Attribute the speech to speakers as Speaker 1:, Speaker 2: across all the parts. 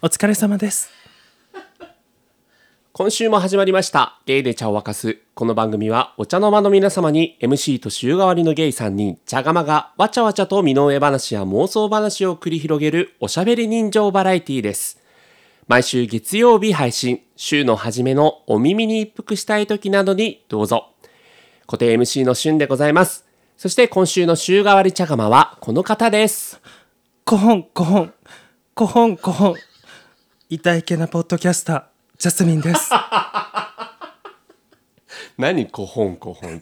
Speaker 1: お疲れ様です。
Speaker 2: 今週も始まりましたゲイで茶を沸かすこの番組はお茶の間の皆様に MC と週替わりのゲイさんに茶釜がわちゃわちゃと身の上話や妄想話を繰り広げるおしゃべり人情バラエティです毎週月曜日配信週の初めのお耳に一服したい時などにどうぞ固定 MC の旬でございますそして今週の週替わり茶釜はこの方です
Speaker 1: こほんこほん。こほんこほん。痛いけなポッドキャスター、ジャスミンです。
Speaker 2: 何こほんこほん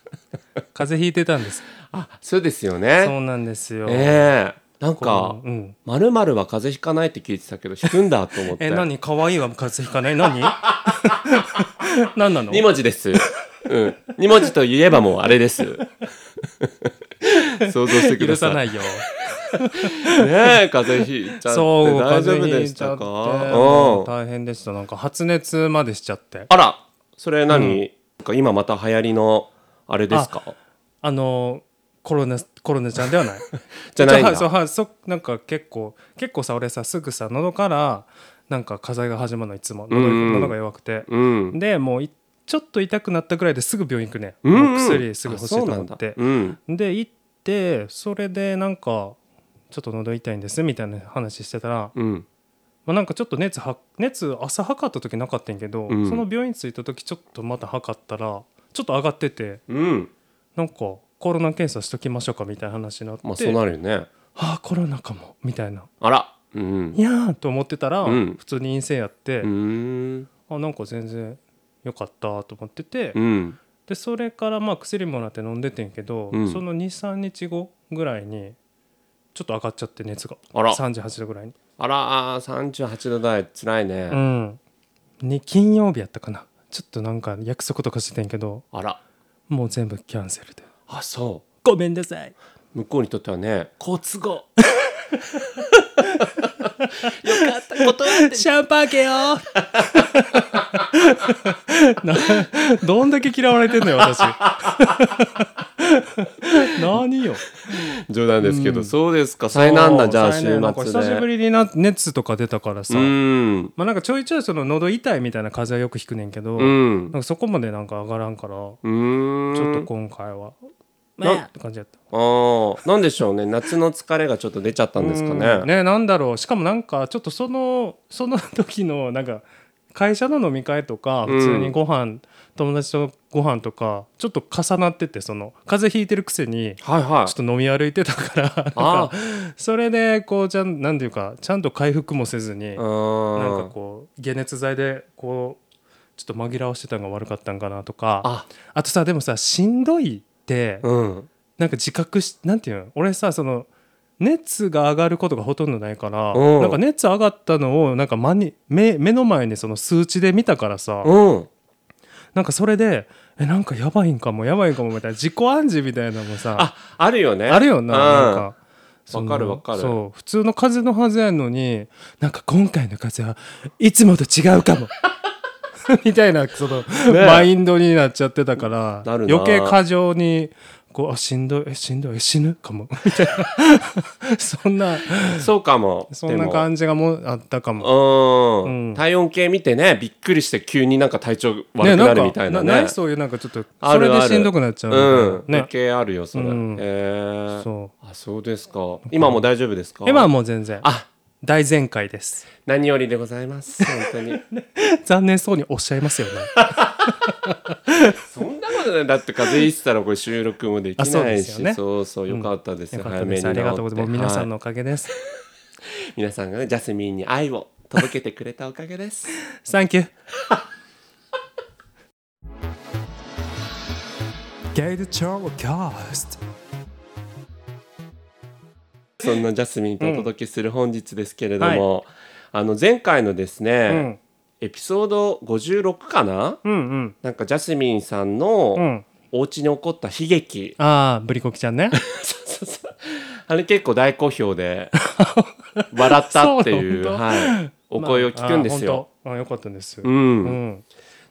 Speaker 1: 風邪ひいてたんです。
Speaker 2: あ そうですよね
Speaker 1: そうなんですよ。
Speaker 2: ねえなんか
Speaker 1: こううん
Speaker 2: 「まるまるは風邪ひかない」って聞いてたけどひくんだと思って
Speaker 1: え、何可愛いは風邪ひかない 何何なの
Speaker 2: 2文字です、うん、2文字と言えばもうあれです 想像して
Speaker 1: 許
Speaker 2: くだ
Speaker 1: さ
Speaker 2: さい
Speaker 1: ないよ。
Speaker 2: ねえ風邪ひいちゃって
Speaker 1: そう、
Speaker 2: 大
Speaker 1: 風
Speaker 2: 丈夫
Speaker 1: 邪
Speaker 2: で
Speaker 1: ひい
Speaker 2: し
Speaker 1: ちゃ
Speaker 2: た
Speaker 1: って。
Speaker 2: か
Speaker 1: も
Speaker 2: う、
Speaker 1: うん大変でした。なんか発熱までしちゃって。
Speaker 2: あらそれ何、なんか今また流行りのあれですか
Speaker 1: あの、コロナ、コロナちゃんではない。
Speaker 2: じゃない
Speaker 1: じ
Speaker 2: ん
Speaker 1: ゃあは
Speaker 2: だ
Speaker 1: いそうはいそうなんか結構結構さ俺さすぐさ喉からなんか風邪が始まるのいつも喉,、
Speaker 2: うん
Speaker 1: 喉が弱くて、
Speaker 2: うん
Speaker 1: でもういちょっと痛くなったぐらいですぐ病院行くね、
Speaker 2: うん
Speaker 1: もう薬すぐ欲しいと思って
Speaker 2: あそうなんだうん
Speaker 1: で行ってそれでなんかちょっと喉痛いんですみたいな話してたら、
Speaker 2: うん
Speaker 1: まあ、なんかちょっと熱は熱朝測った時なかったんやけど、
Speaker 2: うん
Speaker 1: その病院着いた時ちょっとまた測ったらちょっと上がってて
Speaker 2: うん
Speaker 1: なんかコロナ検査しときましょうかみたいな話になって、
Speaker 2: まあそうなるよね
Speaker 1: はあコロナかもみたいな
Speaker 2: あらうん
Speaker 1: いやーと思ってたら、
Speaker 2: うん
Speaker 1: 普通に陰性やって、
Speaker 2: うん
Speaker 1: あなんか全然良かったと思ってて、
Speaker 2: うん
Speaker 1: でそれからまあ薬もらって飲んでてんけど、
Speaker 2: うん
Speaker 1: その23日後ぐらいにちょっと上がっちゃって熱が
Speaker 2: あら
Speaker 1: 38度ぐらいに、
Speaker 2: あら38度台つらいね、
Speaker 1: うん、に金曜日やったかなちょっとなんか約束とかしててんけど
Speaker 2: あら
Speaker 1: もう全部キャンセルで
Speaker 2: あそ
Speaker 1: ごめんなさいう
Speaker 2: 向こうにとってはね好都合よかった断って
Speaker 1: シャンパンけよ などんだけ嫌われてんのよ 私何よ
Speaker 2: 冗談ですけど、そうですか災難だじゃあ
Speaker 1: そ
Speaker 2: 週
Speaker 1: う災
Speaker 2: 末で
Speaker 1: 難なんか久しぶりにな熱とか出たからさ、
Speaker 2: うん
Speaker 1: まあなんかちょいちょいその喉痛いみたいな風邪はよくひくねんけど、
Speaker 2: うん
Speaker 1: なんかそこまでなんか上がらんから、
Speaker 2: うん
Speaker 1: ちょっと今回は、
Speaker 2: ま
Speaker 1: な
Speaker 2: あ
Speaker 1: って感じだった。
Speaker 2: ああなんでしょうね夏の疲れがちょっと出ちゃったんですかね
Speaker 1: うんねなんだろうしかもなんかちょっとその その時のなんか会社の飲み会とか
Speaker 2: うん
Speaker 1: 普通にご飯、友達とご飯とかちょっと重なっててその風邪ひいてるくせに
Speaker 2: はいはい
Speaker 1: ちょっと飲み歩いてたから なん
Speaker 2: あ
Speaker 1: かそれでこうちゃんなんていうかちゃんと回復もせずに、
Speaker 2: な
Speaker 1: なんかこう解熱剤でこうちょっと紛らわしてたのが悪かったんかなとかあ
Speaker 2: あ
Speaker 1: とさでもさしんどいって
Speaker 2: うん
Speaker 1: なんか自覚しなんていうの俺さその熱が上がることがほとんどないから
Speaker 2: うん
Speaker 1: なんか熱上がったのをなんか真に目目の前にその数値で見たからさ
Speaker 2: うん
Speaker 1: なんかそれでえなんかやばいんかもやばいんかもみたいな自己暗示みたいなのもさ
Speaker 2: ああるよね
Speaker 1: あるよなな
Speaker 2: うん
Speaker 1: んかその
Speaker 2: わかるわかる
Speaker 1: そう普通の風邪のはずやのになんか今回の風邪はいつもと違うかも みたいなその、
Speaker 2: え
Speaker 1: マインドになっちゃってたから
Speaker 2: なるな
Speaker 1: 余計過剰にこうあしんどいえしんどいえ死ぬかもみたいな そんな
Speaker 2: そうかも
Speaker 1: そん
Speaker 2: で
Speaker 1: な
Speaker 2: も
Speaker 1: 感じがもうあったかも。
Speaker 2: う
Speaker 1: うんん
Speaker 2: 体温計見てねびっくりして急になんか体調悪く
Speaker 1: ね
Speaker 2: なんる
Speaker 1: か
Speaker 2: みたいなね
Speaker 1: ないそういうなんかちょっと
Speaker 2: あ
Speaker 1: それ
Speaker 2: るある
Speaker 1: でしんどくなっちゃうみ
Speaker 2: うん
Speaker 1: たいな
Speaker 2: 時計あるよそれ、
Speaker 1: うん
Speaker 2: へえ
Speaker 1: そ
Speaker 2: あそうですか今もう大丈夫ですか
Speaker 1: ね今はもう全然
Speaker 2: あ
Speaker 1: 大全開です
Speaker 2: 何よりでございます本当に
Speaker 1: 残念そうにおっしゃいますよね
Speaker 2: そんなことないだって風邪ひいてたらこれ収録もできない
Speaker 1: あ
Speaker 2: し
Speaker 1: そ
Speaker 2: そうう,、
Speaker 1: ですよね
Speaker 2: そうよかったです、
Speaker 1: よかった
Speaker 2: 早
Speaker 1: で
Speaker 2: め
Speaker 1: す。
Speaker 2: に治
Speaker 1: あ
Speaker 2: って
Speaker 1: りがとうございます。皆さん
Speaker 2: は
Speaker 1: のおかげです。
Speaker 2: い皆さんがねジャスミンに愛を届けてくれたおかげです
Speaker 1: サンキュー。ゲイドチョーキャスト。
Speaker 2: そんなジャスミンとお届けする本日ですけれども、あの前回のです
Speaker 1: う
Speaker 2: ね、
Speaker 1: ん
Speaker 2: エピソード56かな
Speaker 1: うんうん
Speaker 2: なんかジャスミンさん
Speaker 1: う
Speaker 2: の
Speaker 1: ん。
Speaker 2: お家に起こった悲劇
Speaker 1: ああブリコキちゃんね。
Speaker 2: そうそうあれ結構大好評 で笑ったってい
Speaker 1: そうう
Speaker 2: はい、 お声を聞くんですよ。
Speaker 1: まあ。あー本当あーよかったです
Speaker 2: う
Speaker 1: よ。
Speaker 2: ん
Speaker 1: うん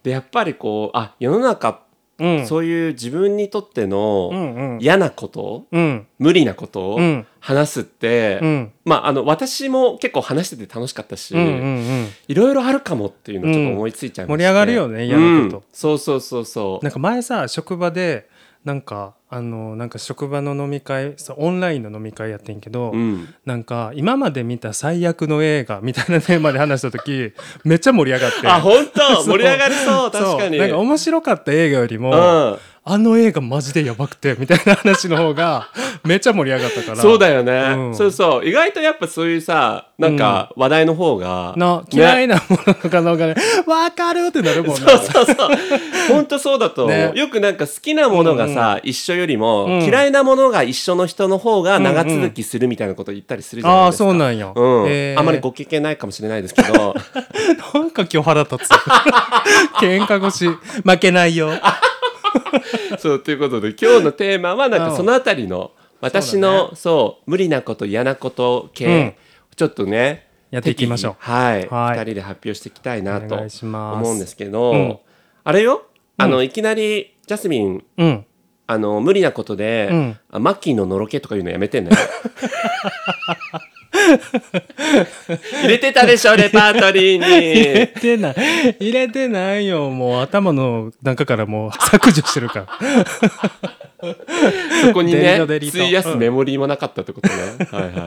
Speaker 2: でやっぱりこうあ世の中っ
Speaker 1: うん
Speaker 2: そういう自分にとって
Speaker 1: う
Speaker 2: の
Speaker 1: んうん
Speaker 2: 嫌なこと、
Speaker 1: うん
Speaker 2: 無理なことを
Speaker 1: うん
Speaker 2: 話すって、
Speaker 1: うん
Speaker 2: まあ、あの、私も結構話してて楽しかったし、
Speaker 1: うんうん
Speaker 2: いろいろあるかもっていうのをちょっと思いついちゃいま
Speaker 1: 盛
Speaker 2: し
Speaker 1: り
Speaker 2: た、
Speaker 1: 上がるよね嫌なこと
Speaker 2: うんそうそうそうそう。
Speaker 1: なんか前さ職場でなんかあのなんか職場の飲み会そうオンラインの飲み会やってんけど、
Speaker 2: うん。
Speaker 1: なんか今まで見た最悪の映画みたいなテーマで話した時めっちゃ盛り上が って
Speaker 2: あ、本当
Speaker 1: そう
Speaker 2: 盛り上がりそう確か
Speaker 1: そ
Speaker 2: に。
Speaker 1: うなんか面白かった映画よりも、
Speaker 2: うん。
Speaker 1: あの映画マジでやばくてみたいな話の方 がめっちゃ盛り上がったから
Speaker 2: そうだよね、
Speaker 1: うん
Speaker 2: そうそう意外とやっぱそういうさなんか話題の方が、
Speaker 1: な嫌い
Speaker 2: ね
Speaker 1: なものとかの方がね「わかる!」ってなるもんね
Speaker 2: そうそうそう本当そうだと思う、
Speaker 1: ね
Speaker 2: よくなんか好きなものがさ、一緒よりも、
Speaker 1: うん
Speaker 2: 嫌いなものが一緒の人の方が長続きするみたいなこと言ったりするじゃな
Speaker 1: あ
Speaker 2: い
Speaker 1: あ
Speaker 2: ですか、
Speaker 1: そうなんや、
Speaker 2: うん
Speaker 1: えー
Speaker 2: あんまりご経験ないかもしれないですけど
Speaker 1: なんか今日腹立つ 喧嘩腰負けないよ
Speaker 2: そうということで今日のテーマはなん
Speaker 1: う
Speaker 2: か
Speaker 1: ん
Speaker 2: そのあたりの私のそう,、無理なこと嫌なこと系、ちょっとね
Speaker 1: やっていきましょう
Speaker 2: 適宜はい、
Speaker 1: はい
Speaker 2: 2人で発表していきたいなと
Speaker 1: お願いします
Speaker 2: 思うんですけど、
Speaker 1: うん
Speaker 2: あれよあの、いきなりジャスミン
Speaker 1: うん
Speaker 2: あの無理なことで、
Speaker 1: うん
Speaker 2: あマッキーののろけとかいうのやめ てね入れてたでしょレパートリ
Speaker 1: 入れ
Speaker 2: ーに
Speaker 1: てない入れてないよもう頭の中からもう削除してるから
Speaker 2: そこに
Speaker 1: デ
Speaker 2: ね
Speaker 1: リトデリト
Speaker 2: 費やすメモリーもなかったってことね、 はいはいは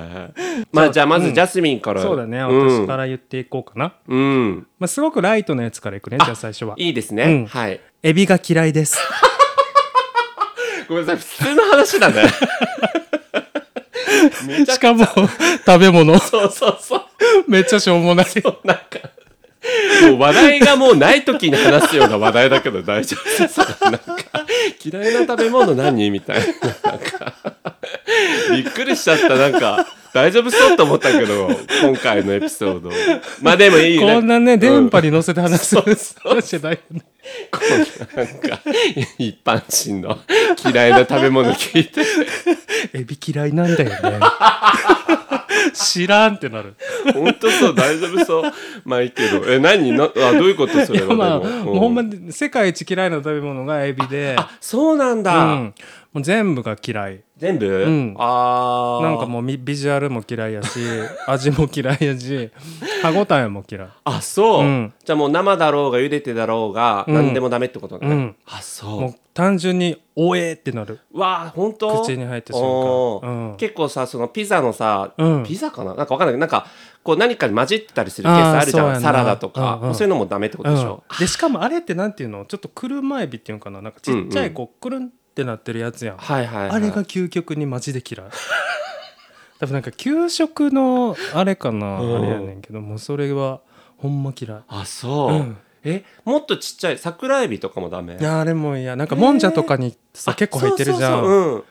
Speaker 2: いまあじゃあまずジャスミン から、
Speaker 1: そうだね
Speaker 2: うん
Speaker 1: 私から言っていこうかな、
Speaker 2: うん、
Speaker 1: まあ、すごくライトなやつからいくねじゃあ最初はい
Speaker 2: いですね、
Speaker 1: うん
Speaker 2: はい
Speaker 1: エビが嫌いです
Speaker 2: ごめんなさい普通の話だね めちゃ
Speaker 1: し
Speaker 2: くち
Speaker 1: か
Speaker 2: ゃ
Speaker 1: も食べ物
Speaker 2: そうそうそう
Speaker 1: めっちゃしょうもない
Speaker 2: なんか、もう話題がもうない時に話すような話題だけど大丈夫ですかなんか、嫌いな食べ物何みたいな。なんか、びっくりしちゃった。なんか、大丈夫そうと思ったけど、今回のエピソード。まあでもいい
Speaker 1: こんな
Speaker 2: う
Speaker 1: ね電波に乗せて話す
Speaker 2: そう
Speaker 1: 話じゃないよね
Speaker 2: こうなんか、一般人の嫌いな食べ物聞いて。
Speaker 1: エビ嫌いなんだよね知らんってなる
Speaker 2: 本当そう、大丈夫そう。まあいいけど。え、何なあ、どういうことそれ は。
Speaker 1: まあ
Speaker 2: でも
Speaker 1: もうほんまに世界一嫌いな食べ物がエビで
Speaker 2: そうなん
Speaker 1: う
Speaker 2: だ。
Speaker 1: ん、もう全部が嫌い
Speaker 2: 全部、
Speaker 1: ん
Speaker 2: ああ。
Speaker 1: なんかもうみビジュアルも嫌いやし 味も嫌いやし歯ごたえも嫌い
Speaker 2: あそ
Speaker 1: う
Speaker 2: う、
Speaker 1: ん
Speaker 2: じゃあもう生だろうが茹でてだろうが
Speaker 1: うん
Speaker 2: 何でもダメってことだね、
Speaker 1: うん
Speaker 2: あそう
Speaker 1: もう単純に「おえ!」ってなる
Speaker 2: わあ本当
Speaker 1: 口に入った瞬間
Speaker 2: おー
Speaker 1: うん
Speaker 2: 結構さそのピザのさ、
Speaker 1: うん
Speaker 2: ピザかななんかわかんないなんかこう何かに混じってたりするケースあるじ
Speaker 1: あーそう
Speaker 2: ゃ
Speaker 1: やな
Speaker 2: んサラダとか、
Speaker 1: うんうん
Speaker 2: そういうのもダメってことでしょ、
Speaker 1: うんでしかもあれってなんていうのちょっと車エビっていうのかななんかちっちゃいこうくるんってなってるやつやん、
Speaker 2: はいはい、はい、
Speaker 1: あれが究極にマジで嫌い 多分なんか給食のあれかな
Speaker 2: うん
Speaker 1: あれやねんけどもうそれはほんま嫌い
Speaker 2: あそう、
Speaker 1: うん
Speaker 2: えもっとちっちゃい桜エビとかもダメ
Speaker 1: いやあれもいやなんかもんじゃとかにさ
Speaker 2: あ
Speaker 1: 結構入ってるじゃん
Speaker 2: そうそうそううん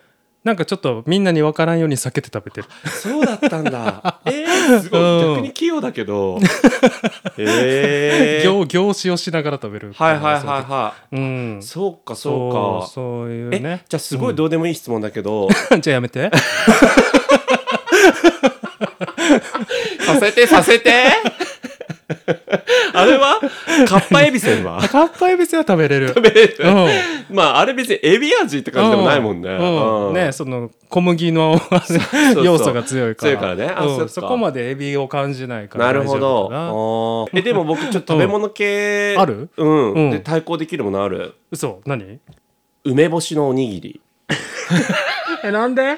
Speaker 1: なんかちょっとみんなに分からんように避けて食べてる
Speaker 2: そうだったん だ。えー、すごい。
Speaker 1: うん
Speaker 2: 逆に器用だ けど。えー。
Speaker 1: 行行使をしながら食べる
Speaker 2: はいはいはいは
Speaker 1: うん
Speaker 2: い。そうかそうか。
Speaker 1: そういう
Speaker 2: え、
Speaker 1: ね
Speaker 2: じゃあすごいどうでもいい質問だけど、
Speaker 1: じゃあやめて
Speaker 2: させてさせて あれはカッパエビせ んは
Speaker 1: カッパエビせんは食べれ るう
Speaker 2: まああれ別にエビ味って
Speaker 1: ん
Speaker 2: 感じでもないもんね。
Speaker 1: うん
Speaker 2: うん
Speaker 1: ねその小麦の
Speaker 2: そう
Speaker 1: 要素が強いから
Speaker 2: 強いからねあそっ
Speaker 1: う
Speaker 2: か
Speaker 1: んそこまでエビを感じないから
Speaker 2: なる
Speaker 1: 大丈
Speaker 2: ほ
Speaker 1: 夫
Speaker 2: ど
Speaker 1: かな。
Speaker 2: あーえでも僕ちょっと食べ物系、
Speaker 1: うんある
Speaker 2: うん、
Speaker 1: うん
Speaker 2: で対抗できるものある
Speaker 1: 嘘何
Speaker 2: 梅干しのおにぎり
Speaker 1: えなんで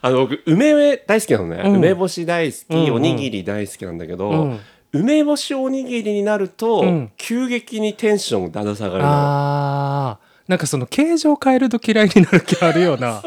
Speaker 2: あの僕梅大好きなのね、
Speaker 1: うん
Speaker 2: 梅干し大好き、
Speaker 1: うんうん
Speaker 2: おにぎり大好きなんだけど、
Speaker 1: うん
Speaker 2: 梅干しおにぎりになると、
Speaker 1: うん
Speaker 2: 急激にテンションだだ下がるの
Speaker 1: あーなんかその形状変えると嫌いになる気あるよな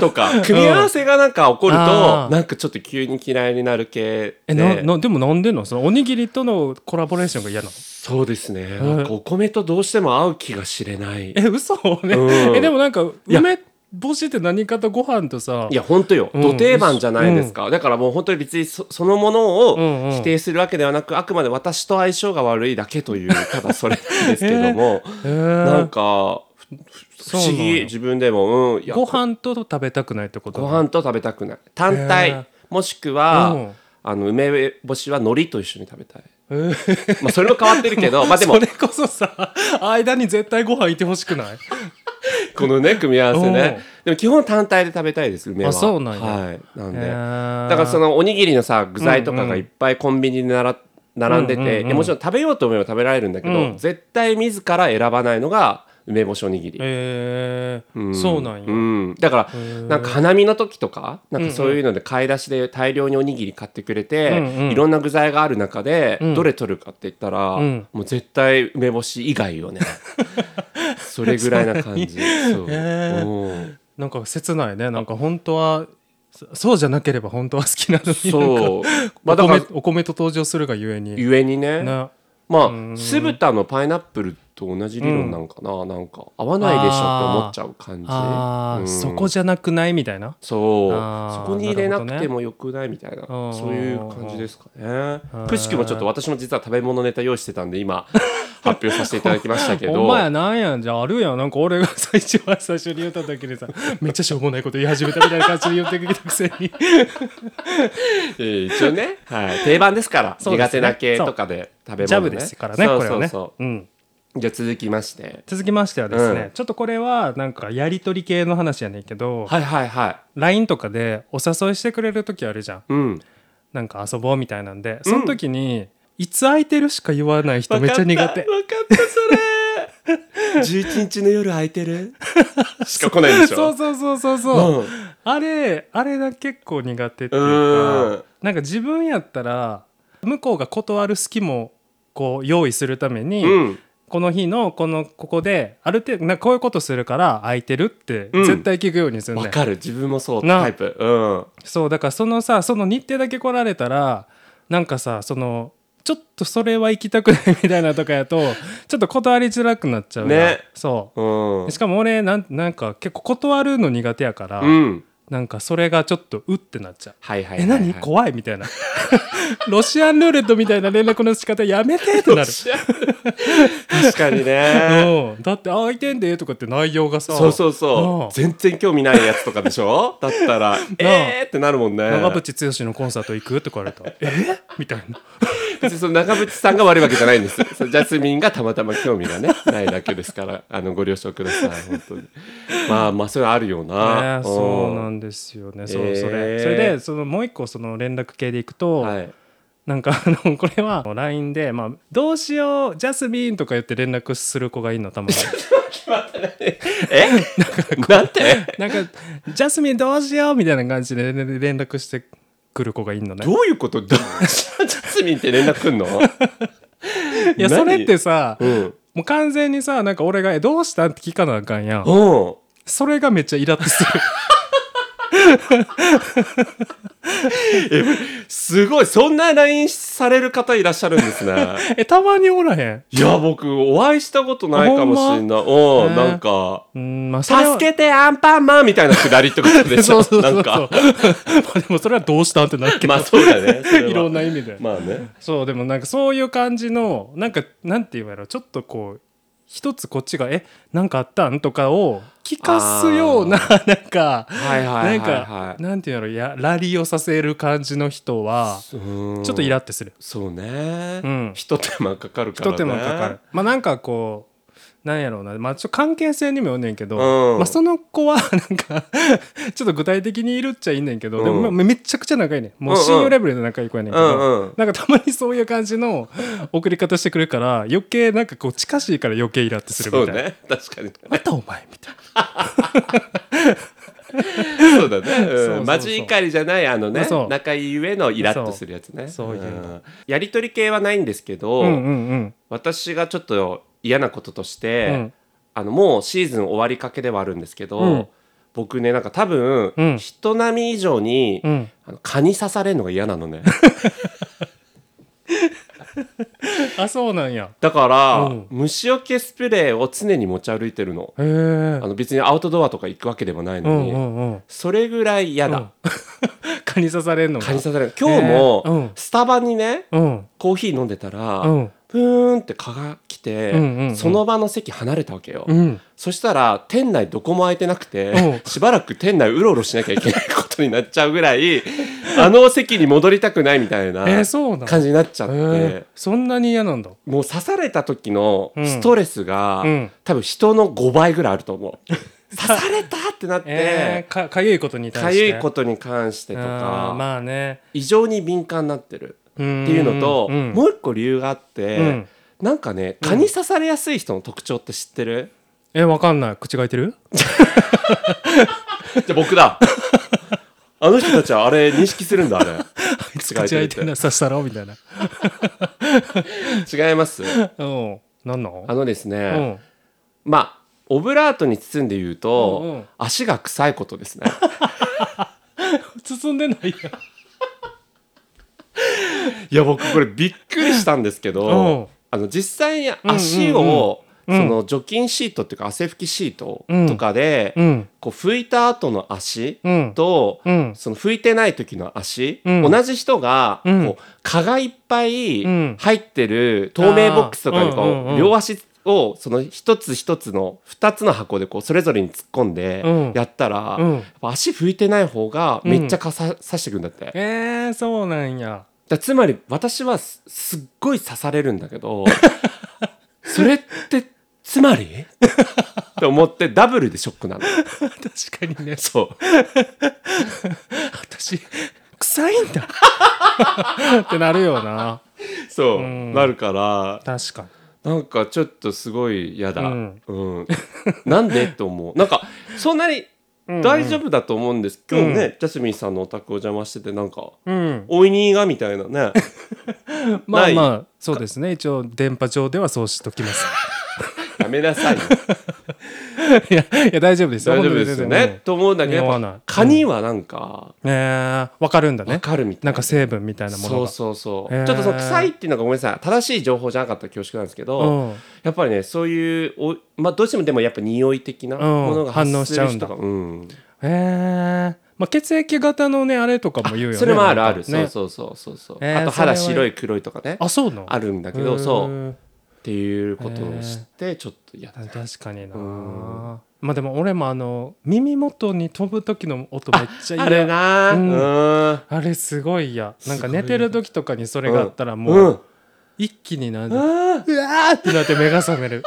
Speaker 2: とか、組み合わせがなんか起こる
Speaker 1: あ
Speaker 2: と、
Speaker 1: ー
Speaker 2: なんかちょっと急に嫌いになる系
Speaker 1: え
Speaker 2: で。
Speaker 1: ななでもなんでのそのおにぎりとのコラボレーションが嫌なの
Speaker 2: そうですね。
Speaker 1: うん
Speaker 2: なんかお米とどうしても合う気がしれない。い
Speaker 1: え嘘ね、
Speaker 2: うん
Speaker 1: えでもなんか
Speaker 2: や
Speaker 1: 梅干しって何かとご飯とさ
Speaker 2: や、ほんとよ。
Speaker 1: うん
Speaker 2: 土定番じゃないですか。だからもう本当に別にそそのも
Speaker 1: う
Speaker 2: のを
Speaker 1: んうん
Speaker 2: 否定するわけではなく、あくまで私と相性が悪いだけという、ただそれですけども、
Speaker 1: え
Speaker 2: なん
Speaker 1: ー、
Speaker 2: か、不
Speaker 1: そう
Speaker 2: 思
Speaker 1: なんや
Speaker 2: 議、自分でも、うん。いや
Speaker 1: ご飯と食べたくないってこと
Speaker 2: ご飯と食べたくない。単体、
Speaker 1: へー
Speaker 2: もしくは、
Speaker 1: うん
Speaker 2: あの梅干しは海苔と一緒に食べたい、
Speaker 1: えー
Speaker 2: まあ、それも変わってる けどまあでも
Speaker 1: それこそさ間に絶対ご飯いてほしく ない
Speaker 2: このね組み合わせね
Speaker 1: う
Speaker 2: でも基本単体で食べたいです梅は
Speaker 1: あそうなんや
Speaker 2: はい、なんで、
Speaker 1: へー
Speaker 2: だからそのおにぎりのさ具材とか
Speaker 1: うん
Speaker 2: が
Speaker 1: うん
Speaker 2: いっぱいコンビニになら並んでて、
Speaker 1: うんうんうん
Speaker 2: でもちろん食べようと思えば食べられるんだけど、
Speaker 1: うん
Speaker 2: 絶対自ら選ばないのが梅干しおにぎり、
Speaker 1: えーそうなんや、
Speaker 2: うん、だから
Speaker 1: ー
Speaker 2: なんか花見の時とかなんかそういうので買い出しで大量におにぎり買ってくれて、
Speaker 1: うんうん
Speaker 2: いろんな具材がある中で
Speaker 1: うん
Speaker 2: どれ取るかって言ったら、
Speaker 1: うん
Speaker 2: もう絶対梅干し以外 よねそれぐらいな感じそう、
Speaker 1: へー
Speaker 2: うん
Speaker 1: なんか切ないねなんか本当はそそうじゃなければ本当は好きなのに
Speaker 2: そうま
Speaker 1: な
Speaker 2: あ
Speaker 1: んか
Speaker 2: だ
Speaker 1: お
Speaker 2: から
Speaker 1: 米お米と登場するがゆえに
Speaker 2: ゆえにね
Speaker 1: ね
Speaker 2: ま
Speaker 1: う
Speaker 2: あ
Speaker 1: ん
Speaker 2: 酢豚のパイナップルと同じ理論なんかな、なんか合わないでしょって思っちゃう感じ
Speaker 1: あー、
Speaker 2: うん
Speaker 1: そこじゃなくないみたいな
Speaker 2: そう
Speaker 1: あ
Speaker 2: そ
Speaker 1: ー
Speaker 2: こに入れなくてもよくないみたいな
Speaker 1: ほどね
Speaker 2: そういう感じですかね
Speaker 1: うん
Speaker 2: くしくもちょっと私も実は食べ物ネタ用意してたん で今発表させていただきましたけど
Speaker 1: お前なんやじゃああるやんなんか俺が最初は最初に言った時 にさめっちゃしょうもないこと言い始めたみたいな感じで言ってきたくせに
Speaker 2: えー一応ね、はい、定番ですから
Speaker 1: そうで
Speaker 2: 苦
Speaker 1: すね
Speaker 2: 手な系とかで食べ物、ね、
Speaker 1: ジャブですからね
Speaker 2: そう
Speaker 1: これはね
Speaker 2: そうそう
Speaker 1: うん、
Speaker 2: じゃあ続きまして
Speaker 1: 続きましてはですね、
Speaker 2: うん
Speaker 1: ちょっとこれはなんかやり取り系の話やねんけど、
Speaker 2: はいはいはい
Speaker 1: LINE とかでお誘いしてくれる時あるじゃん
Speaker 2: うん
Speaker 1: なんか遊ぼうみたいなんでその時に、いつ空いてるしか言わない人めっちゃ苦手
Speaker 2: 分かった分かったそれ11日の夜空いてるしか来ないでしょ
Speaker 1: そう
Speaker 2: う
Speaker 1: そうそうそうそう、
Speaker 2: ん
Speaker 1: あれあれが結構苦手っていううか
Speaker 2: ん
Speaker 1: なんか自分やったら向こうが断る隙もこう用意するために、
Speaker 2: うん
Speaker 1: この日のこのここである程度なんかこういうことするから空いてるって
Speaker 2: うん
Speaker 1: 絶対聞くようにするね、
Speaker 2: わかる自分もそう
Speaker 1: な
Speaker 2: タイプうん
Speaker 1: そうだからそのさその日程だけ来られたらなんかさそのちょっとそれは行きたくないみたいなとかやとちょっと断りづらくなっちゃうやん
Speaker 2: ね
Speaker 1: そううしかも俺なんなんか結構断るの苦手やから、
Speaker 2: ん、うん、
Speaker 1: なんかそれがちょっとうってなっちゃう
Speaker 2: はいはい
Speaker 1: え
Speaker 2: はいはい、
Speaker 1: 何怖いみたいな ロシアンルーレットみたいな連絡の仕方やめてってな る
Speaker 2: 確か にね
Speaker 1: うん、だって「あ空いてんで」とかって内容がさ
Speaker 2: そうそうそううん全然興味ないやつとかでしょだったらえーってなるもんね
Speaker 1: 長渕剛のコンサート行く?」って言われたら「えみたいな
Speaker 2: 別にその長渕さんが悪いわけじゃないんですそうジャスミンがたまたま興味がね ないだけですからあのご了承ください本当にまあまあそれはあるよな、
Speaker 1: ね、そうなんんですよね、
Speaker 2: ん
Speaker 1: そう
Speaker 2: えー
Speaker 1: それそれでそのもう一個その連絡系でいくと、
Speaker 2: はい
Speaker 1: なんか あのこれは LINE で、まあ「どうしようジャスミン」とか言って連絡する子がいいのた まに
Speaker 2: え なんて
Speaker 1: なんか「ジャスミンどうしよう」みたいな感じで連連絡してくる子がいいのね
Speaker 2: どういうこと どうジャスミンって連絡くんの
Speaker 1: いや
Speaker 2: 何
Speaker 1: それってさ、
Speaker 2: うん
Speaker 1: もう完全にさなんか俺がえ「どうしたん?」って聞かなあかんやん
Speaker 2: うん
Speaker 1: それがめっちゃイラッと する
Speaker 2: すごいそんな LINE される方いらっしゃるんですね
Speaker 1: えたまにおらへん
Speaker 2: いや僕お会いしたことないかもしれ
Speaker 1: ま
Speaker 2: ない、うん、
Speaker 1: ね
Speaker 2: なんか
Speaker 1: うんまあ
Speaker 2: 「助けてアンパンマン」み たいなくだりってことでし
Speaker 1: そ
Speaker 2: ょ
Speaker 1: うそうそうそう
Speaker 2: なん
Speaker 1: ま
Speaker 2: か
Speaker 1: あでもそれはどうしたんってなるけど、
Speaker 2: まあそうだ ねそれはい
Speaker 1: ろんな意味で、
Speaker 2: まあね
Speaker 1: そうでもなんかそういう感じのなんかなんて言うやろちょっとこう一つこっちが「えなんかあったん?」とかを聞かすような なんか、
Speaker 2: はいはいはいはい
Speaker 1: なんかなんて言うやろやラリーをさせる感じの人は
Speaker 2: ちょ
Speaker 1: ちょっとイラってする、
Speaker 2: そうね、
Speaker 1: うん
Speaker 2: ひと手間かかるか
Speaker 1: 一
Speaker 2: らね
Speaker 1: 手間かかるまあなんかこうなんやろうな、まあ、ちょっと関係性にもよんねんけど、
Speaker 2: うん
Speaker 1: まあ、その子は なんかちょっと具体的にいるっちゃいいねんけど、でもまあ
Speaker 2: う
Speaker 1: めちゃくちゃ仲いいねんもううん
Speaker 2: うん
Speaker 1: 親友レベルで仲いい子やねんけど、
Speaker 2: うんうん
Speaker 1: なんかたまにそういう感じの送り方してくれるから余計なんかこう近しいから余計イラってするみ
Speaker 2: そ
Speaker 1: た
Speaker 2: う
Speaker 1: いな。
Speaker 2: ね確かに
Speaker 1: またお前みたい
Speaker 2: そう
Speaker 1: そうそう
Speaker 2: だね、う
Speaker 1: そ
Speaker 2: ん、
Speaker 1: う
Speaker 2: マジ怒りじゃないあのね
Speaker 1: そう
Speaker 2: 仲いいゆえのイラッとするやつね
Speaker 1: そうそういうの
Speaker 2: んやりとり系はないんですけど、
Speaker 1: な。うんうんうん。
Speaker 2: 私がちょっと嫌なこととして、
Speaker 1: うん
Speaker 2: あのもうシーズン終わりかけではあるんですけど、
Speaker 1: うん
Speaker 2: 僕ねなんか多分、
Speaker 1: うん
Speaker 2: 人並み以上に、
Speaker 1: うん
Speaker 2: あの蚊に刺されるのが嫌なのね
Speaker 1: あそうなんや。
Speaker 2: だから、
Speaker 1: うん
Speaker 2: 虫除けスプレーを常に持ち歩いてるの
Speaker 1: へえ。
Speaker 2: あの別にアウトドアとか行くわけでもないのに、
Speaker 1: うんうん。
Speaker 2: それぐらい嫌だ、
Speaker 1: うん蚊に刺されんのが
Speaker 2: 蚊に刺される今日も、
Speaker 1: えーうん
Speaker 2: スタバにね
Speaker 1: うん
Speaker 2: コーヒー飲んでたら、
Speaker 1: うん
Speaker 2: プーンって蚊が来て、
Speaker 1: うんうんうん
Speaker 2: その場の席離れたわけよ、
Speaker 1: うん。
Speaker 2: そしたら店内どこも空いてなくて、
Speaker 1: うん
Speaker 2: しばらく店内うろうろしなきゃいけないことになっちゃうぐらいあの席に戻りたくないみたいな
Speaker 1: えー、そうなんだ
Speaker 2: 感じになっちゃって、
Speaker 1: えーそんなに嫌なんだ
Speaker 2: もう刺された時のストレスが、
Speaker 1: うん
Speaker 2: 多分人の5倍ぐらいある と思う刺されたってなって、
Speaker 1: えー、かかゆいことに
Speaker 2: か
Speaker 1: 対して
Speaker 2: ゆいことに関してと
Speaker 1: あ
Speaker 2: か
Speaker 1: ー、まあね
Speaker 2: 異常に敏感になってる
Speaker 1: って
Speaker 2: っていうのと、もう一個理由があって、
Speaker 1: うん
Speaker 2: なんかね蚊に刺されやすい人の特徴って知ってる、
Speaker 1: えわかんない口が開いてる
Speaker 2: じゃあ僕だ あの人たちはあれ認識するんだあれ
Speaker 1: 口
Speaker 2: が開いてる
Speaker 1: 開いてなさしたろみたいな
Speaker 2: 違います
Speaker 1: うんなんなの
Speaker 2: あのです
Speaker 1: う
Speaker 2: ね、
Speaker 1: ん
Speaker 2: まあオブラートに包んで言うと、
Speaker 1: うんうん
Speaker 2: 足が臭いこと ですね
Speaker 1: 包んでないや
Speaker 2: いや僕これびっくりしたんですけ
Speaker 1: うん
Speaker 2: どあの実際に足を、
Speaker 1: うんうんうん
Speaker 2: その除菌シートっていうか汗拭きシート
Speaker 1: うん
Speaker 2: とかで、
Speaker 1: うん
Speaker 2: こう拭いた後の足
Speaker 1: うん
Speaker 2: と、
Speaker 1: うん
Speaker 2: その拭いてない時の足、
Speaker 1: うん
Speaker 2: 同じ人が、
Speaker 1: うん
Speaker 2: こう蚊がいっぱい
Speaker 1: うん
Speaker 2: 入ってる透明ボックスとかにこう、
Speaker 1: あーうんうんうん
Speaker 2: 両足をその一つ一つの二つの箱でこうそれぞれに突っ込ん
Speaker 1: うん
Speaker 2: でやったら、
Speaker 1: うん
Speaker 2: やっぱ足拭いてない方がめっちゃ蚊さ、刺してくんだって。だか
Speaker 1: えー、そうなんや
Speaker 2: らつまり私はすすっごい刺されるんだ けどそれってつまりって思ってダブルでショックなの。
Speaker 1: 確かにね
Speaker 2: そう
Speaker 1: 私 臭いんだってなるよな
Speaker 2: そう、
Speaker 1: ん
Speaker 2: なるから
Speaker 1: 確か
Speaker 2: なんかちょっとすごい嫌だ。
Speaker 1: う
Speaker 2: うんん。なんで と思う。なんかそんなに
Speaker 1: に
Speaker 2: 大丈夫だと思うんです。今日ね、
Speaker 1: う
Speaker 2: ジャスミンさんのお宅お邪魔しててなんか。
Speaker 1: うん
Speaker 2: おいにがみたいな ね
Speaker 1: まあ
Speaker 2: ない
Speaker 1: まあそうですね一応電波上ではそうしときます
Speaker 2: やめなさいよ
Speaker 1: いやいや大丈夫ですよ
Speaker 2: 大丈夫ですよねと思うんだけど
Speaker 1: 匂
Speaker 2: や
Speaker 1: わ
Speaker 2: っ
Speaker 1: ない
Speaker 2: ぱカニはなんか
Speaker 1: ねえわかるんだ
Speaker 2: わ
Speaker 1: ね
Speaker 2: かるみたいな
Speaker 1: なんか成分みたいなもの
Speaker 2: そう
Speaker 1: が
Speaker 2: そうそう、
Speaker 1: へー
Speaker 2: ちょっとその臭いっていうのがごめんなさい正しい情報じゃなかったら恐縮なんですけど、
Speaker 1: うん
Speaker 2: やっぱりねそういうおまあどうしてもでもやっぱ匂い的なものが
Speaker 1: うん
Speaker 2: 発
Speaker 1: 反応
Speaker 2: 生
Speaker 1: し
Speaker 2: す
Speaker 1: ちゃ
Speaker 2: る
Speaker 1: うん
Speaker 2: 人
Speaker 1: だ
Speaker 2: が、うん、
Speaker 1: へえまあ血液型のねあれとかも言うよね
Speaker 2: それもあるある、
Speaker 1: なんかね
Speaker 2: そうそうそうそうそう、
Speaker 1: えー
Speaker 2: あと肌白い黒いとかね
Speaker 1: あそうなの
Speaker 2: あるんだけ
Speaker 1: へ
Speaker 2: ど
Speaker 1: え
Speaker 2: そうっていうことを知ってちょっと嫌だ
Speaker 1: 確かにな
Speaker 2: うん
Speaker 1: まあでも俺もあの耳元に飛ぶ時の音めっちゃ嫌
Speaker 2: あるな
Speaker 1: う
Speaker 2: うんん、うん、
Speaker 1: あれすごい嫌なんか
Speaker 2: すごい
Speaker 1: 寝てる時とかにそれがあったらもう、
Speaker 2: うん
Speaker 1: 一気になんで、うわ
Speaker 2: あ
Speaker 1: ーってなって目が覚める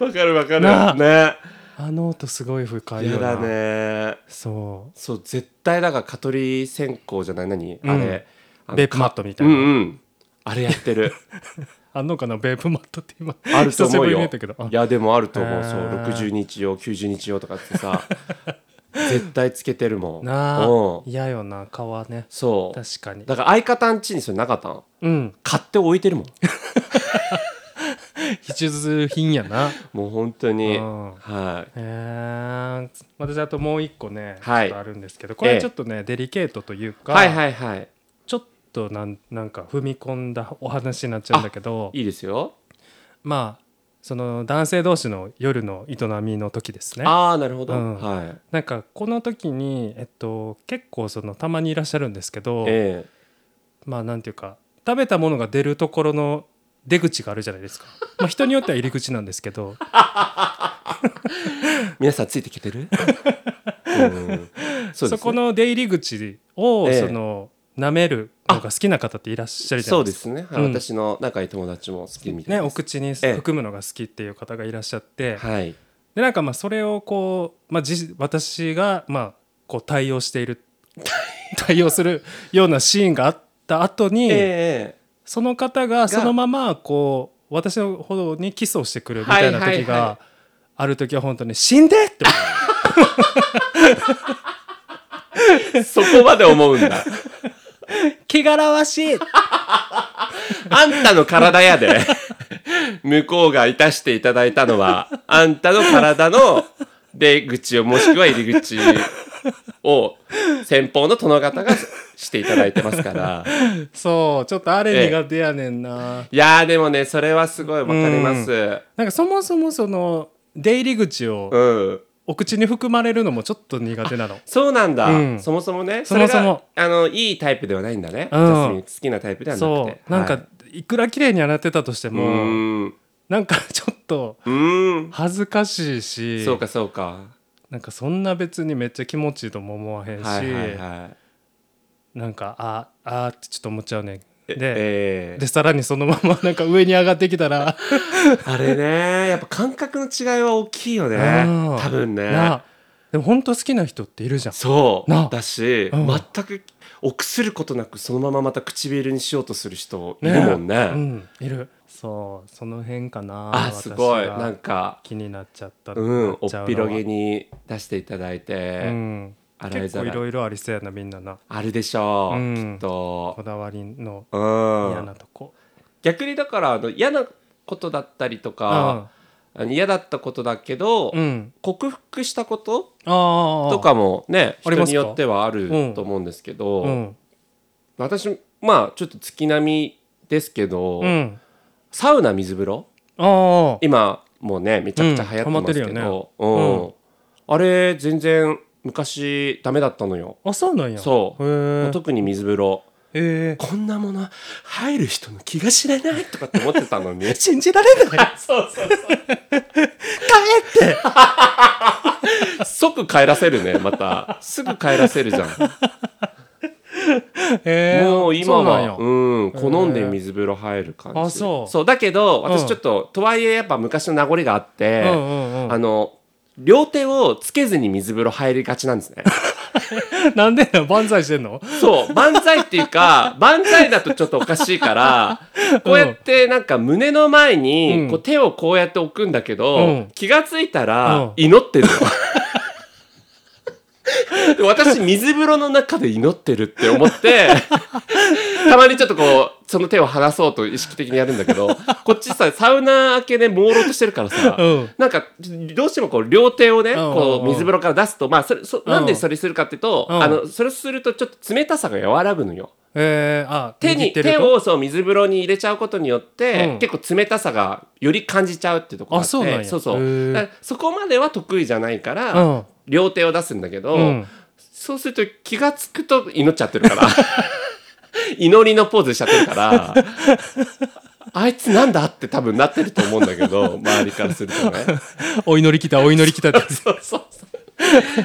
Speaker 2: ーわかるわか
Speaker 1: なあ
Speaker 2: るね
Speaker 1: あの音すごい深い
Speaker 2: 嫌
Speaker 1: よな
Speaker 2: だね
Speaker 1: そ
Speaker 2: そう絶対だから蚊取り線香じゃない何
Speaker 1: うん
Speaker 2: あれあ
Speaker 1: う
Speaker 2: の
Speaker 1: ベープマットみた
Speaker 2: う
Speaker 1: い
Speaker 2: ん
Speaker 1: な、
Speaker 2: うんあれやって る
Speaker 1: あんのかなベープマットって今
Speaker 2: あると
Speaker 1: 久
Speaker 2: 思
Speaker 1: しぶ
Speaker 2: う
Speaker 1: りに
Speaker 2: よ
Speaker 1: 見
Speaker 2: い
Speaker 1: たけどあ
Speaker 2: やでもあると思
Speaker 1: へ
Speaker 2: うそう
Speaker 1: ー
Speaker 2: 60日用90日用とかっ てさ絶対つけてるもん
Speaker 1: なあ
Speaker 2: うん
Speaker 1: 嫌よな顔はね
Speaker 2: そう
Speaker 1: 確かに
Speaker 2: だから相方ん家にそれなかったの
Speaker 1: うん
Speaker 2: 買って置 いてるもん
Speaker 1: 必需品や な
Speaker 2: もう本当に
Speaker 1: うん
Speaker 2: はい
Speaker 1: えー、私あともう一個ね、
Speaker 2: は
Speaker 1: ちょ
Speaker 2: い
Speaker 1: っとあるんですけどこれはちょっとね、デリケートというか、
Speaker 2: はいはいはい
Speaker 1: ちょっとなんなんか踏み込んだお話になっちゃうんだけど
Speaker 2: いいですよ
Speaker 1: まあその男性同士の夜の営みの時ですね
Speaker 2: ああなるほど
Speaker 1: うん
Speaker 2: はい
Speaker 1: なんかこの時に、えっと、結構そのたまにいらっしゃるんですけど、
Speaker 2: え
Speaker 1: まあなんていうか食べたものが出るところの出口があるじゃないですか、まあ、人によっては入り口なんですけど
Speaker 2: え皆さんついてき てるうん
Speaker 1: そ,、
Speaker 2: そうですね
Speaker 1: この出入り口を、
Speaker 2: ええ
Speaker 1: その舐めるのが好きな方っていらっしゃるじゃな
Speaker 2: そ
Speaker 1: いうで
Speaker 2: です
Speaker 1: か。
Speaker 2: すね、はい
Speaker 1: うん
Speaker 2: 私の仲いい友達も好きみたい
Speaker 1: ね、
Speaker 2: な
Speaker 1: お口に
Speaker 2: ええ
Speaker 1: 含むのが好きっていう方がいらっしゃって、
Speaker 2: はい
Speaker 1: でなんかまあそれをこう、まあ、じ私がまあこう対応している 対応するようなシーンがあった後に、
Speaker 2: え
Speaker 1: その方がそのままこう私の方にキスをしてくるみたいな
Speaker 2: はいは
Speaker 1: 時
Speaker 2: いは
Speaker 1: がある時は本当に「死んで!」って思
Speaker 2: えそこまで思うんだ
Speaker 1: う「汚らわしい!」
Speaker 2: あんたの体やで向こうがいたしていただいたのはあんたの体の出口をもしくは入り口を先方の殿方がしていただいてますから
Speaker 1: そうちょっとあれ苦手やねんな、
Speaker 2: いやーでもねそれはすごいわかります
Speaker 1: なんかそもそもその出入り口を
Speaker 2: うん、
Speaker 1: お口に含まれるのもちょっと苦手なの
Speaker 2: そうなんだ、
Speaker 1: うん
Speaker 2: そもそもね
Speaker 1: そもそも
Speaker 2: れがあのいいタイプではないんだね、
Speaker 1: うん
Speaker 2: ジャスミン好きなタイプではなくて
Speaker 1: そうなん
Speaker 2: はい
Speaker 1: かいくら綺麗に洗ってたとして
Speaker 2: う
Speaker 1: も
Speaker 2: ーん
Speaker 1: なんかちょっと
Speaker 2: うーん
Speaker 1: 恥ずかしいし
Speaker 2: そうかそうか。
Speaker 1: なんかそんな別にめっちゃ気持ちいいとも思わへんし、
Speaker 2: はいはいはい。
Speaker 1: なんかあーあーってちょっと思っちゃうね
Speaker 2: え
Speaker 1: で、
Speaker 2: ええ
Speaker 1: でさらにそのままなんか上に上がってき たら、
Speaker 2: あれねやっぱ感覚の違いは大きいよね
Speaker 1: うん
Speaker 2: 多分
Speaker 1: な
Speaker 2: ね
Speaker 1: あでも本当好きな人っているじゃん
Speaker 2: そう
Speaker 1: な
Speaker 2: だし、
Speaker 1: うん
Speaker 2: 全く臆することなくそのまままた唇にしようとする人いるもんね
Speaker 1: うん、いるそうその辺かな
Speaker 2: あすごい
Speaker 1: 私が
Speaker 2: なんか
Speaker 1: 気になっちゃった
Speaker 2: うんおっ
Speaker 1: なちゃうのは
Speaker 2: ぴろげに出していただいて、
Speaker 1: うん
Speaker 2: 洗い
Speaker 1: 結
Speaker 2: ざ
Speaker 1: 構い
Speaker 2: らい
Speaker 1: ろいろありそうやなみんなな
Speaker 2: あるでしょう、
Speaker 1: うん
Speaker 2: きっと
Speaker 1: こ、だわりの
Speaker 2: う
Speaker 1: 嫌
Speaker 2: ん
Speaker 1: な、とこ、
Speaker 2: 逆にだからあの嫌なことだったりと
Speaker 1: う
Speaker 2: か、
Speaker 1: ん
Speaker 2: あの嫌だったことだけど、
Speaker 1: うん、
Speaker 2: 克服したこと
Speaker 1: あー
Speaker 2: と、かもね
Speaker 1: あ
Speaker 2: 人
Speaker 1: りますか
Speaker 2: によってはあると思うんですけど、
Speaker 1: うん
Speaker 2: 私まあちょっと月並みですけど、
Speaker 1: うん、
Speaker 2: サウナ水風呂
Speaker 1: あー
Speaker 2: 今もうねめちゃくちゃ流行ってますけ
Speaker 1: うんハマ
Speaker 2: ど、うん
Speaker 1: う
Speaker 2: あれ全然昔ダメだったのよ。
Speaker 1: あそうなんや
Speaker 2: そう
Speaker 1: へ
Speaker 2: 特に水風呂
Speaker 1: え
Speaker 2: こんなもの入る人の気が知れないとかって思ってた のに
Speaker 1: 信じられない
Speaker 2: そうそうそう。帰って即帰らせるね、また。すぐ帰らせるじゃん。
Speaker 1: へー
Speaker 2: もう今
Speaker 1: そうなんや
Speaker 2: は、うん好んで水風呂入る感じ。
Speaker 1: あそう
Speaker 2: だけど、私
Speaker 1: うん
Speaker 2: ちょっと、とはいえやっぱ昔の名残があって、
Speaker 1: うんうんう
Speaker 2: あの、両手をつけずに水風呂入りがちなんですね。
Speaker 1: ん、なんでなん万歳してんの
Speaker 2: そう、万歳ってい うか、万歳だとちょっとおかしいから、こうやってなんか胸の前
Speaker 1: う
Speaker 2: に
Speaker 1: ん
Speaker 2: こう手をこうやって置くんだけど、
Speaker 1: うん
Speaker 2: 気がついたら
Speaker 1: うん
Speaker 2: 祈ってるの。 で私水風呂の中で祈ってるって思ってたまにちょっとこうその手を離そうと意識的にやるんだけどこっちさサウナ明けで朦朧としてるからさ、
Speaker 1: うん
Speaker 2: なんかどうしてもこう両手を
Speaker 1: ん
Speaker 2: ね、
Speaker 1: うんうん
Speaker 2: こう水風呂から出すとまあそれそなんでそれするかっていうと、
Speaker 1: うん
Speaker 2: あのそれするとちょっと冷たさが和らぐのよ。
Speaker 1: えー、あ
Speaker 2: 手に
Speaker 1: 握ってる
Speaker 2: 手
Speaker 1: と
Speaker 2: をそう水風呂に入れちゃうことによって、
Speaker 1: うん
Speaker 2: 結構冷たさがより感じちゃうってところがあって
Speaker 1: あそうなんや
Speaker 2: そうそう
Speaker 1: へー
Speaker 2: だからそこまでは得意じゃないから、
Speaker 1: うん
Speaker 2: 両手を出すんだけど、
Speaker 1: うん
Speaker 2: そうすると気がつくと祈っちゃってるから 祈りのポーズしちゃって るからあいつなんだって多分なってると思うんだけど周りからするとね。
Speaker 1: お祈り来たお祈り来たって
Speaker 2: そうそうそう。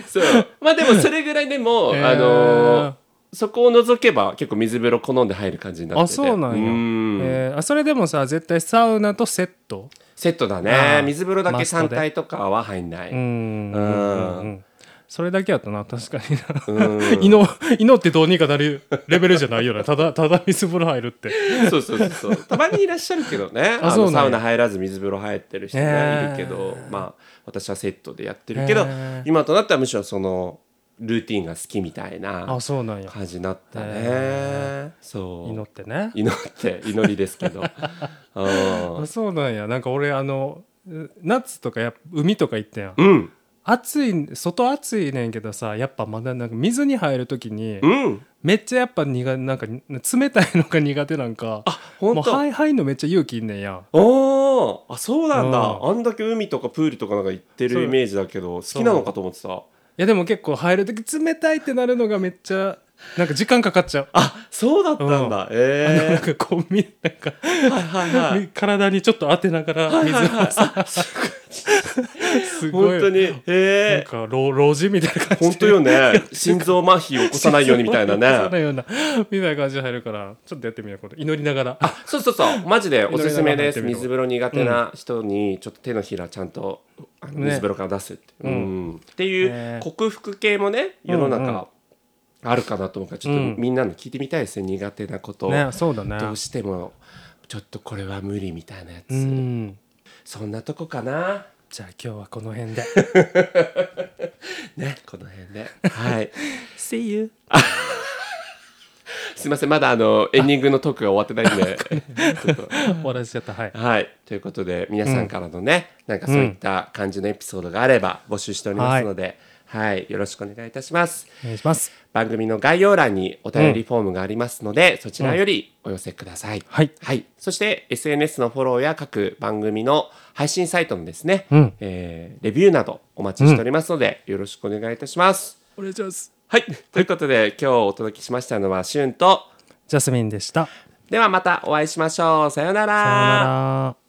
Speaker 2: そう。まあでもそれぐらいで も、
Speaker 1: へー
Speaker 2: あのーそこを除けば結構水風呂好んで入る感じになってて。
Speaker 1: あそうなんや
Speaker 2: うん
Speaker 1: えーあそれでもさ絶対サウナとセット
Speaker 2: セットだ
Speaker 1: あ
Speaker 2: ね。
Speaker 1: ー
Speaker 2: 水風呂だけ
Speaker 1: マストで
Speaker 2: 単体とかは入んない。
Speaker 1: うんう
Speaker 2: う
Speaker 1: んんうんそれだけやったな確かにな
Speaker 2: うん
Speaker 1: 祈祈ってどうにかなるレベルじゃないよなただただ水風呂入るって
Speaker 2: そうそうそう そう。たまにいらっしゃるけどね。
Speaker 1: あ
Speaker 2: あ
Speaker 1: そうな
Speaker 2: の
Speaker 1: んや
Speaker 2: サウナ入らず水風呂入ってる人ね、
Speaker 1: へー
Speaker 2: いるけど、まあ私はセットでやってるけど
Speaker 1: へー、
Speaker 2: 今となってはむしろそのルーティンが好きみたいな
Speaker 1: あそうなんや
Speaker 2: 感じになったね
Speaker 1: へ。
Speaker 2: そう。
Speaker 1: 祈ってね
Speaker 2: 祈って祈りです けどうん
Speaker 1: あそうなんやなんか俺あのう夏とかやっぱ海とか行ったやん
Speaker 2: うん
Speaker 1: 暑い外暑いねんけどさやっぱまだなんか水に入る時に
Speaker 2: うん
Speaker 1: めっちゃやっぱ苦なんか冷たいのが苦手なんか
Speaker 2: あ
Speaker 1: も
Speaker 2: 本
Speaker 1: う入
Speaker 2: 当
Speaker 1: 入るのめっちゃ勇気いんねんやん
Speaker 2: おーあそうなんだ
Speaker 1: うん
Speaker 2: あんだけ海とかプールとかなんか行って
Speaker 1: そ
Speaker 2: る
Speaker 1: う
Speaker 2: イメージだけど好きなのかと思ってた
Speaker 1: いやでも結構入る時冷たいってなるのがめっちゃなんか時間かかっちゃう。
Speaker 2: あそうだったんだ
Speaker 1: なん
Speaker 2: え
Speaker 1: かこうみなんか、
Speaker 2: えはいはいはい
Speaker 1: 体にちょっと当てながら水をさすごい
Speaker 2: 本当にえ
Speaker 1: なん
Speaker 2: え
Speaker 1: か老老人みたいな感じ
Speaker 2: 本当よね心臓麻痺を起こさないようにみた いな
Speaker 1: 起こさな
Speaker 2: ね
Speaker 1: いようなみたいな感じで入るからちょっとやってみようこれ祈りながら
Speaker 2: あそうそうそうマジ でおすすめ
Speaker 1: 祈りながら入
Speaker 2: です
Speaker 1: ってみろ
Speaker 2: 水風呂苦手な人にちょっと手のひらちゃんとあの
Speaker 1: ね
Speaker 2: 水風呂から出すって,、うん、ってい
Speaker 1: ね
Speaker 2: う克服系もね世の中、
Speaker 1: うんうん
Speaker 2: あるかなと思うからちょっと
Speaker 1: うん
Speaker 2: みんなの聞いてみたいですね苦手なこと、
Speaker 1: ねそうだね
Speaker 2: どうしてもちょっとこれは無理みたいなやつ、
Speaker 1: うん
Speaker 2: そんなとこかな
Speaker 1: じゃあ今日はこの辺 で
Speaker 2: ねこの辺 ではい
Speaker 1: See you
Speaker 2: すいませんまだあのエンディングのトークが終わってないん でちょっと
Speaker 1: 終わらせちゃったはい
Speaker 2: はい。ということで、皆さんからのね、なんかそういった感じのエピソードがあれば募集しておりますので、はい、よろしくお願いいたします。
Speaker 1: お願いします
Speaker 2: 番組の概要欄にお便りフォームがありますので、そちらよりお寄せください。
Speaker 1: はい
Speaker 2: そして、SNS のフォローや各番組の配信サイトのですね、
Speaker 1: ん
Speaker 2: えーレビューなどお待ちしておりますので、よろしくお願いいたします。
Speaker 1: お願いします
Speaker 2: はい。ということで、今日お届けしましたのは、しゅんと、
Speaker 1: ジャスミンでしたさよ
Speaker 2: ではまたお会いしましょう。さようなら。
Speaker 1: うなら